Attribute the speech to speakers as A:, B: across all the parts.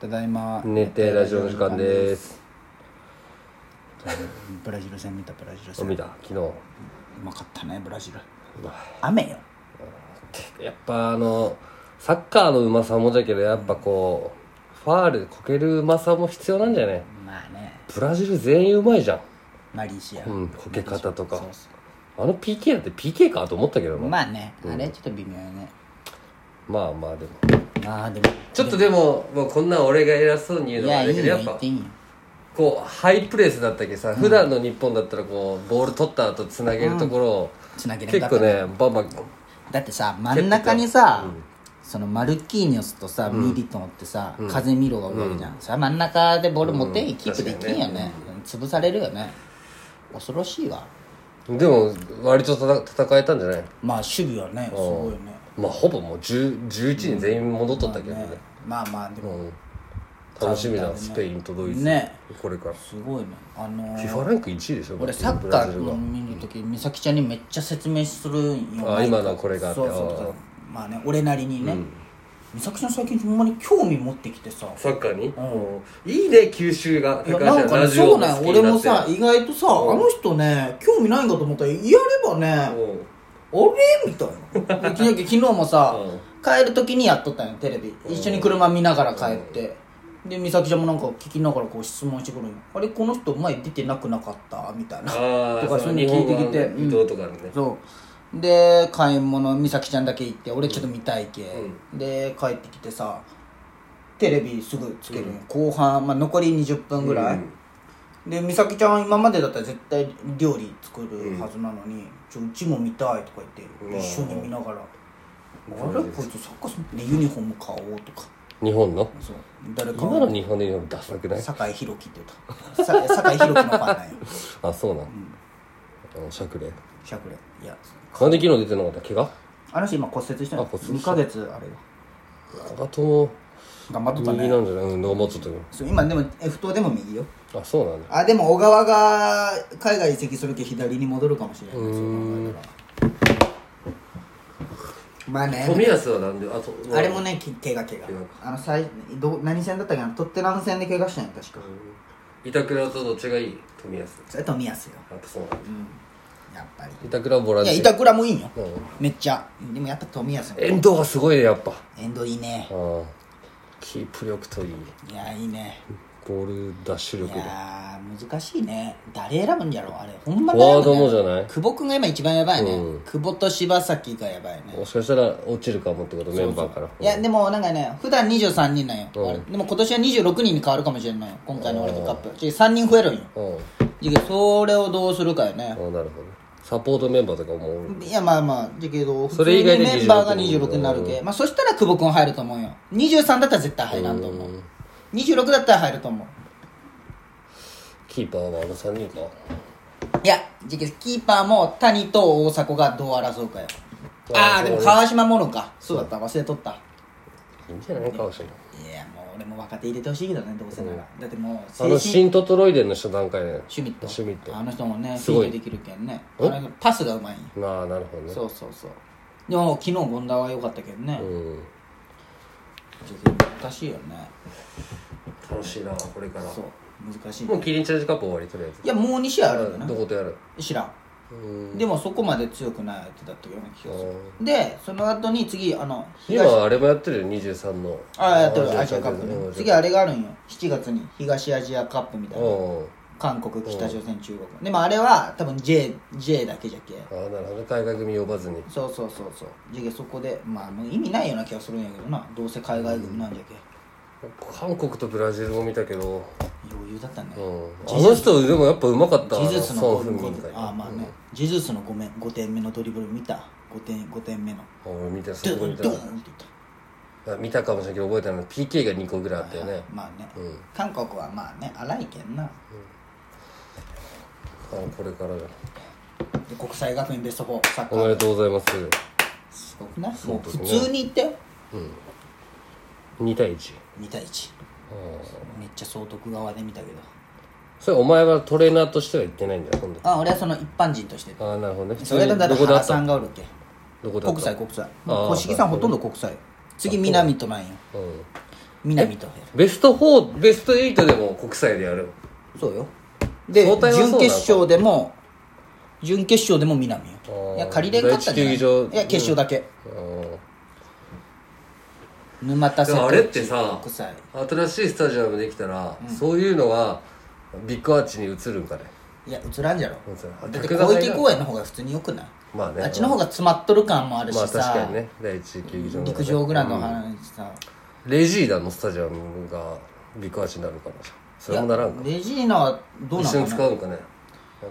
A: ただいま
B: 熱帯ラジオの時間です
A: ブラジル戦見たブラジル
B: あ
A: 戦
B: 見
A: う
B: た昨日
A: まかったねブラジル
B: うわ
A: 雨よ
B: やっぱあのサッカーのうまさもだけどやっぱこうファールこけるうまさも必要なんじゃね
A: まあね
B: ブラジル全員うまいじゃん
A: マリシア、
B: うんこけ方とか
A: そうそう
B: あの PK だって PK かと思ったけどな
A: まあねあれちょっと微妙やね、
B: まあまあでも
A: まあでも
B: ちょっとでももうこんなん俺が偉そうに言う
A: い
B: のは
A: や
B: あ
A: い
B: れ
A: い
B: だ
A: よ
B: けどや
A: 言っ
B: っぱ
A: ていいよ
B: こうハイプレスだったっけさ普段の日本だったらこうボール取った後つなげるところを
A: つなげれ
B: 結
A: ば
B: 構ねバンバン
A: だってさ真ん中にさ、そのマルキーニョスとさ、ミリトンってさ、風見ろがおるわけじゃん、さ真ん中でボール持って、キープできんよね潰されるよね恐ろしいわ
B: でも割と戦戦えたんじゃない
A: まあ守備はねすごいよね
B: まあほぼもう10 11人全員戻っとったけどね,、
A: ねまあまあでも、
B: うん、楽しみだ、スペインとドイツ
A: ね
B: これから
A: すごいねあのー
B: FIFA ランク1位でしょ
A: 俺サッ
B: ブ
A: カ
B: ラジル
A: ー
B: が
A: 見るとき美咲ちゃんにめっちゃ説明するんよ
B: あ今のこれがあって
A: そうそうそうまあね俺なりにね、美咲ちゃん最近ほんまに興味持ってきてさ
B: サッカーに、うんいいね九州が
A: いやなんかねそうなんよ俺もさ意外とさあ
B: うん
A: の人ね興味ないんかと思ったらやればねあれみたい なで昨日昨日もさ
B: うん
A: 帰る時にやっとったんよテレビ一緒に車見ながら帰ってで美咲ちゃんもなんか聞きながらこう質問してくるんよあれこの人前出てなくなかったみたいな
B: ああ
A: とかそういうの聞いてきて
B: 伊
A: うん
B: 藤とかのね、
A: そうで買い物美咲ちゃんだけ行って俺ちょっと見たいけ、で帰ってきてさテレビすぐつけるんよ後半、まあ、残り20分ぐらい、で美咲ちゃんは今までだったら絶対料理作るはずなのに「ちょうちも見たい」とか言
B: う
A: って
B: わ
A: 一緒に見ながら「あれこいつサッカーすんでユニフォーム買おう」とか
B: 日本の
A: そう誰か
B: 今の日本のユニフォームダサくない
A: 酒井宏樹って言ったさ酒井宏樹のファンなんよ
B: あそうなん、あのシャクレ
A: しゃくれいや
B: なんで昨日出てなかった怪我
A: あの人今骨折してる
B: あ骨折した
A: 2ヶ月あれよ
B: 長友
A: 頑張っとったね
B: 右なんじゃないうん思っとったけ
A: そう今でも F 等でも右よ
B: どあそうなんだ
A: あでも小川が海外移籍するけ左に戻るかもしれないそう考えたらまあね
B: 富安はなんであと
A: あれもねき怪我怪
B: 怪我
A: 我あの最ど何戦だったっけなトッテナム戦で怪我したんや確か
B: 板倉とどっちがいい富安
A: それと宮安よ
B: あとそうなんだ
A: やっぱり
B: 板倉はボラン
A: い
B: チ
A: や板倉もいいんよ
B: うん
A: めっちゃでもやっぱ富安も
B: 遠藤がすごいねやっぱ
A: 遠藤いいね
B: ああキープ力といい
A: いやいいね
B: ボール奪取
A: い
B: 力で
A: やー難しいね誰選ぶんやろあれほんま
B: フォ
A: 悩むね
B: ワードもじゃない
A: 久保君が今一番やばいね、
B: うん
A: 久保と柴崎がやばいね
B: もしかしたら落ちるかもってことメンバーから
A: いやでもなんかね普段23人なんよ、
B: うん
A: あれでも今年は26人に変わるかもしれないよ今回のワールドカップ3人増えるんよ
B: うんあ
A: じゃけどそれをどうするかよね、
B: あなるほどサポートメンバーとかもう
A: いやまあまあじゃけど普
B: そ
A: 通
B: れ
A: に
B: 以外で
A: メンバーが
B: 26
A: 26になるけ、まあ、そしたら久保君入ると思うよ23だったら絶対入らんと思う26だったら入ると思う
B: キーパーはあの3人か
A: いやじゃけどキーパーも谷と大迫がどう争うかよあ
B: あー
A: あーでも川島もろんかそうだった忘れとった
B: いいんじゃないかもしれない
A: いやもう俺も若手入れてほしいけどねどうせなら、だってもう
B: あの
A: 精神
B: 新トトロイデンの初段階で
A: シュミット
B: シュミット
A: あの人もね
B: す
A: フ
B: ご
A: ィー
B: い
A: ドできるけんねあ
B: お
A: のパスがうまいんよ
B: まあなるほどね
A: そうそうそうでも昨日権田は良かったけどね、
B: うん
A: 難しいよね
B: 楽しいなこれから
A: そう難しい
B: もうキリンチャージカップ終わりとりあえず
A: いやもう2試合あるんだ
B: ど
A: よ
B: ことやる
A: な知らん
B: うん
A: でもそこまで強くない相手だったような気がするでその後に次あの
B: 今あれもやってるよ23の
A: ああやってるアジアカップ
B: う
A: ね
B: ん
A: 次あれがあるんよ7月に東アジアカップみたいな
B: うん
A: 韓国北朝鮮中国でもあれは多分 J, J だけじゃけ
B: ああなるほど海外組呼ばずに
A: そうそうそうそうじゃけそこでまあもう意味ないような気がするんやけどなどうせ海外組なんじゃけ、
B: 韓国とブラジルも見たけど、
A: 余裕だったね、
B: うん、あの人でもやっぱうまかった
A: ジズスの
B: ソ
A: ゴ
B: ン・フンミン
A: ールああまあね、ジズスのごめん5点目のドリブル見た5点五点目の
B: あ俺見たそ
A: ド
B: こ
A: ゥ
B: 見
A: ン
B: た
A: ドゥンって言った
B: あ見たかもしれないけど覚えてない PK が2個ぐらいあったよね
A: まあね、
B: うん
A: 韓国はまあね荒いけんな、
B: あこれからだ
A: で国際学院ベスト4サッカ
B: お
A: ー
B: めでとうございます
A: すごくないもう
B: で
A: 普
B: すね
A: 通にいってよ
B: 2対1
A: 2対1めっちゃ総督側で見たけど
B: それお前はトレーナーとしては行ってないんだよ今度
A: あ俺はその一般人として
B: ああなるほどね普
A: それがだって
B: どこだ
A: 原
B: っ
A: さ
B: た
A: んがおるけ
B: どこだった
A: 国際国際
B: あー
A: もう小杉さんほとんど国際次南となんよ
B: うん
A: 南と
B: ベスト4ベスト8でも国際でやる
A: そうよで
B: 相対はそうな
A: 準
B: のか
A: 決勝でも準決勝でも南よ
B: あー
A: いや仮で勝ったんじゃない
B: 第一球技場
A: いや決勝だけ、
B: うん
A: 沼田瀬
B: で
A: 戸
B: もあれってさ
A: 国際
B: 新しいスタジアムできたら、そういうのはビッグアーチに移るんかね
A: いや映らんじゃろ
B: 映
A: だ
B: らん
A: って広域公園の方が普通によくない
B: まあね
A: っちの方が詰まっとる感もあるし
B: まあ確
A: さ、
B: かにね第一球技場のね
A: 陸上グラウンドの話さ、
B: レジーダのスタジアムがビッグアーチになるのかなじゃあそれもならんか
A: レジーナはどうな
B: 一緒
A: の
B: に
A: か
B: 使
A: な
B: うのかね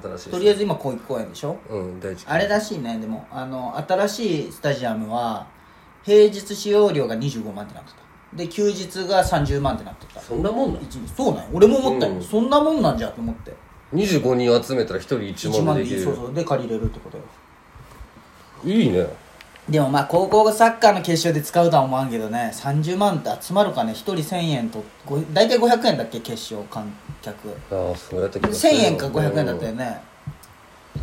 B: 新しい
A: とりあえず今広域公園でしょ
B: うん第一球
A: あれらしいねでもあの新しいスタジアムは平日使用料が25万ってなってたで休日が30万ってなってた
B: そんなもんな
A: 一日そうなんよ俺も思ったよ、
B: うん
A: そんなもんなんじゃと思って
B: 25人集めたら1人1
A: 1
B: 万
A: 万
B: で
A: で
B: で
A: い
B: き
A: い
B: る
A: そうそうで借りれるってことよ
B: いいね
A: でもまあ高校がサッカーの決勝で使うとは思わんけどね30万って集まるかね1人1000円とご大体500円だっけ決勝観客
B: ああそうやった気がす
A: 1000
B: る
A: 円か500円だったよ
B: ね
A: ね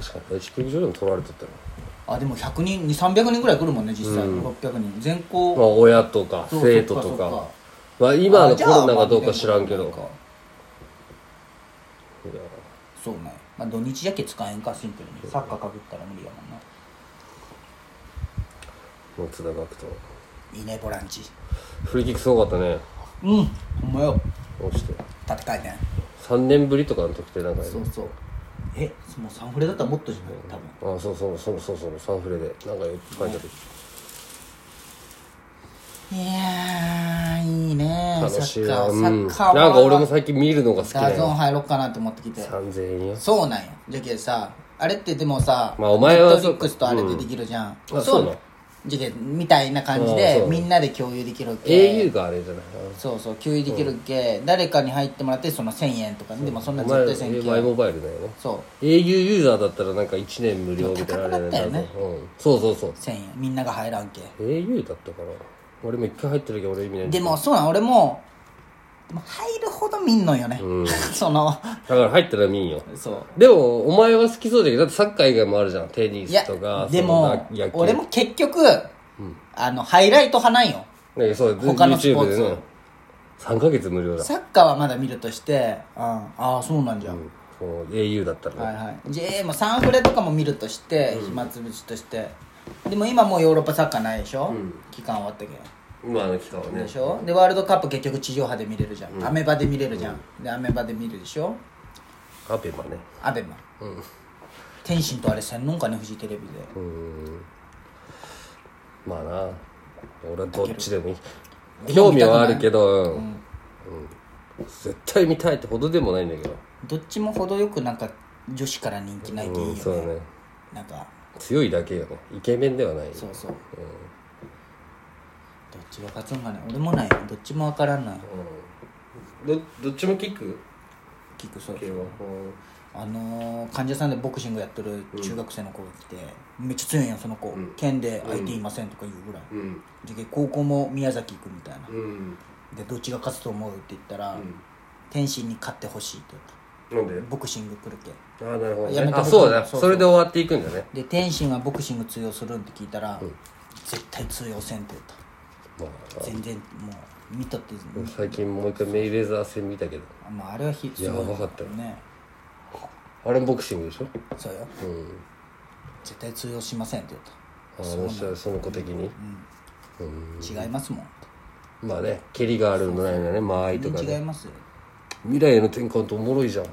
B: 確かに第一球技場でも取られてたよ
A: あでも100人2300人ぐらい来るもんね実際、
B: うん
A: 600人全
B: ま
A: 校
B: あ親とか
A: そう
B: 生徒と
A: そっ
B: か
A: かそっか
B: まあ今の
A: あじ
B: コ
A: ゃあ
B: ロナがどうか知らんけど
A: まあそうね、まあ、土日だけ使えんかシンプルにサッカーかぶったら無理やもんな
B: もうつながくと
A: いいねボランチ
B: フリーキックすごかったね
A: うんほんまよ
B: 落ちて
A: 立て替えてん
B: 3年ぶりとかの時ってなんかね
A: そうそうえもうサンフレだったらもっとじゃない多分
B: ああそうそうそうそうそうサンフレでなんかよく書いた時
A: いやーいいね
B: 楽しいわ
A: サ
B: う
A: ッカー、
B: ん
A: サッカー
B: なんか俺も
A: さっ
B: 最近見るのが好き
A: ダ
B: だ
A: ゾーン
B: よ
A: 入ろっかなと思ってきて
B: 3000円よ
A: そうなんよじゃけさあれってでもさ
B: まあお前は
A: ネットフリックスとあれでできるじゃん、
B: うんあそうなの
A: じゃけみたいな感じ
B: あ
A: で
B: そう
A: みんなで共有できるけ
B: au があれじゃない
A: そうそう共有できるけ、誰かに入ってもらってその1000円とかでもそんな
B: お
A: 絶
B: 前
A: 対1000円
B: マイモバイルだよね
A: そ
B: au ユーザーだったらなんか1年無料みたいなあ
A: 高
B: れ
A: かったよ
B: ね
A: ね
B: うん、そうそうそう
A: う1000円みんなが入らんけ
B: au だったかな俺も一回入ってるけど俺意味ないんだ
A: で
B: けど
A: もそうなん俺もでも入るほど見んのよね、 その
B: だから入ったら見んよ
A: そう
B: でもお前は好きそうだけどだってサッカー以外もあるじゃんテニ
A: いや
B: スとか
A: でも
B: その野球
A: 俺も結局、あのハイライト派なんよ
B: ねそう
A: 他のスポ
B: YouTube
A: ー
B: で
A: ツ
B: ね3ヶ月無料だ
A: サッカーはまだ見るとして、うん、ああそうなんじゃ、
B: うんその au だったらね、
A: はいはい J もサンフレとかも見るとして、暇つぶしとしてでも今もうヨーロッパサッカーないでしょ、期間終わったけど
B: 今の期間はね
A: でしょでワールドカップ結局地上波で見れるじゃん、アメバで見れるじゃん、でアメバで見るでしょ
B: アベマね
A: アベマ、天心とあれ洗脳かねフジテレビで、
B: まあな俺はどっちでもいい興味はあるけど、うんうん絶対見たいってほどでもないんだけど、
A: どっちも程よくなんか女子から人気ないといいよね,、
B: うん、そうだね
A: なんか
B: 強いだけよねイケメンではない
A: そうそう、どっちが勝つんかね俺もないよどっちも分からんない
B: どどっちもキック
A: 聞くそう
B: 系は
A: あのー患者さんでボクシングやってる中学生の子が来て、めっちゃ強いんやその子、県で相手いませんとか言うぐらい、
B: ん
A: で高校も宮崎行くみたいな、
B: うん
A: でどっちが勝つと思うって言ったら、天心に勝ってほしいって言った
B: なんで
A: ボクシング来るけ
B: ああなるほど、
A: やめ
B: ね、
A: て
B: あそうだね
A: そうそう
B: それで終わっていくんだね
A: で天心はボクシング通用するんって聞いたら、絶対通用せんって言った
B: ま
A: 全然もう見とって、
B: あ最近もう一回メイレーザー戦見たけど
A: まあ、あれはひすごい
B: やばかったよ
A: ね
B: あれもボクシングでしょ
A: そうよ
B: うん
A: 絶対通用しませんって言った
B: ああ面白いその子的にうん、
A: 違いますもん
B: まあね蹴りがあるのないのね間合いとか
A: 全然違い
B: ね
A: ますよ
B: 未来への転換っておもろいじゃん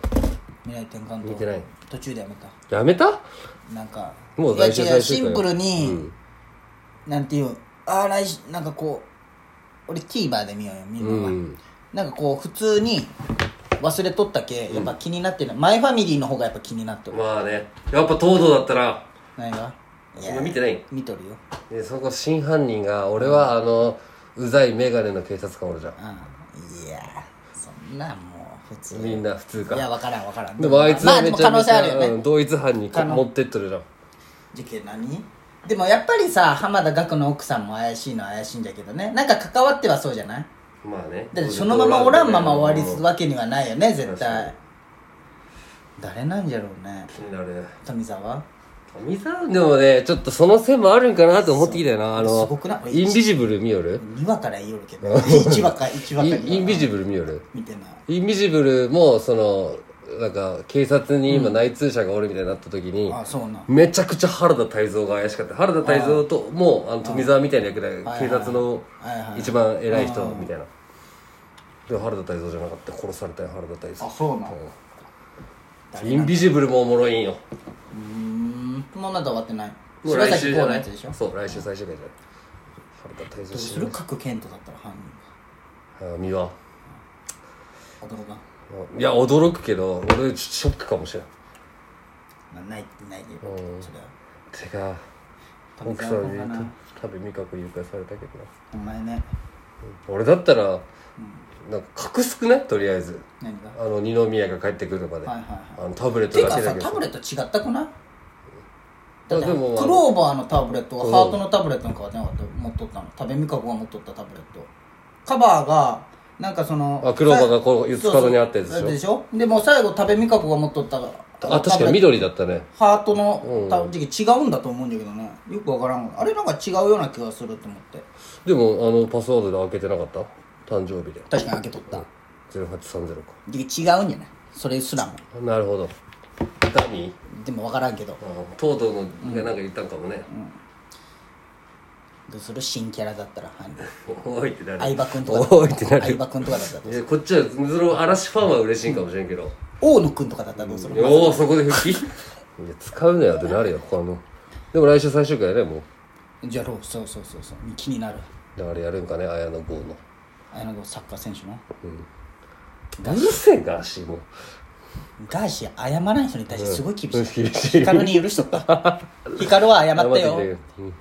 A: 未来転換と
B: 見てない
A: 途中でやめた
B: やめた
A: なんか
B: もう
A: いや
B: 来週
A: 違う
B: 最終
A: シ
B: 回
A: ンプルに、
B: うん
A: なんていうああ来週なんかこう俺 TVer で見ようよ見るのは、
B: うん
A: なんかこう普通に忘れとったけやっぱ気になってる、マイファミリーの方がやっぱ気になってる、
B: まあねやっぱ東堂だったら
A: 何がい
B: お前
A: や
B: 見てない
A: 見とるよ
B: でそこ真犯人が俺はあのうざい眼鏡の警察官おるじゃん
A: うんいやそんなもう普通
B: みんな普通
A: いや
B: か
A: 分からん分からん
B: でもあいつ
A: まあ
B: は
A: で
B: め
A: も
B: ち
A: 可
B: ゃめ
A: 能
B: ち
A: 性ある
B: ゃ
A: よね、
B: うん同一犯に
A: 可能
B: 持ってっとるじゃん
A: 事件何でもやっぱりさ浜田岳の奥さんも怪しいのは怪しいんだけどねなんか関わってはそうじゃない
B: まあね
A: だってそのままおらんまま終わりす
B: うん
A: わけにはないよね絶
B: 確か
A: 対誰なんじゃろうね
B: 気になる
A: 富澤
B: 富澤でもねちょっとその線もあるんかなと思ってきたよなあ
A: すごくな
B: の
A: い
B: インビジブル見よる
A: 2話から言いよるけど1話か1話か
B: インインビジブル見よる
A: 見てない
B: インビジブルもそのなんか警察に今内通者がおるみたいになった時に、
A: あそうなん
B: めちゃくちゃ原田泰造が怪しかった原田泰造ともうあの富澤みたいな役で
A: はい
B: 警察の
A: はいはい
B: 一番偉い人みたいなで原田泰造じゃなかった殺されたよ原田泰造
A: あそうなん
B: インビジブルもおもろいんよ
A: うーんもうまだ終わってない
B: もう
A: 柴
B: 来
A: 咲
B: 週
A: コウ
B: じゃ
A: の
B: な
A: や
B: い
A: つでしょ
B: そう来週最終回じゃない原田泰造
A: どう
B: 死
A: す
B: ぬ
A: る各賢人だったら犯
B: あ身は
A: 人驚かん
B: いや驚くけど俺ショックかもしれん
A: まあないないで
B: うん
A: それは
B: てか
A: 富
B: 奥
A: 澤
B: さん
A: 君かな
B: に多分美香子誘拐されたけどな
A: お前ね
B: 俺だったらなんか隠すくないとりあえず
A: 何が
B: あの二宮が帰ってくるまで、
A: はいはいはい
B: あのタブレッ
A: て
B: ト
A: か
B: だけ
A: さ
B: だけど
A: タブレット違ったくないだ
B: あ
A: って
B: でも
A: クローバーのタブレットはハートのタブレットに変わってなかった持っとったの多部未華子が持っとったタブレットカバーがなんかその
B: あクローバーがこう四つ角にあったやつで
A: そう
B: しょ
A: そうでしょでもう最後多部未華子が持っとった
B: あ確かに緑だったね
A: ハートの
B: うん
A: 多分違うんだと思うんだけどねよくわからんあれなんか違うような気がすると思って
B: でもあのパスワードで開けてなかった誕生日で
A: 確かに開けとった
B: 0830か
A: で違うんじゃないそれすらも
B: なるほどダミー
A: でもわからんけど
B: あとうとうのがなんか言ったんかもね、
A: どうする新キャラだったら犯人
B: おいってなる
A: 相葉君とかだ
B: おいってな
A: 相
B: る
A: 葉君とかだったら
B: いやこっちはその嵐ファンは嬉しいんかもしれんけど、
A: 大野君とかだったらどうする
B: おおそこで復帰 いや使うなよってなるよ他のでも来週最終回やねもう
A: じゃあろうそうそうそうそう気になる
B: だからやるんかね綾野剛の
A: あれなんかサッカー選手の
B: 何せんか足もう
A: ガーシー謝らない人に対してすごい厳しい、
B: 厳しい
A: ヒカルに許しとったヒカルは謝ったよ
B: うん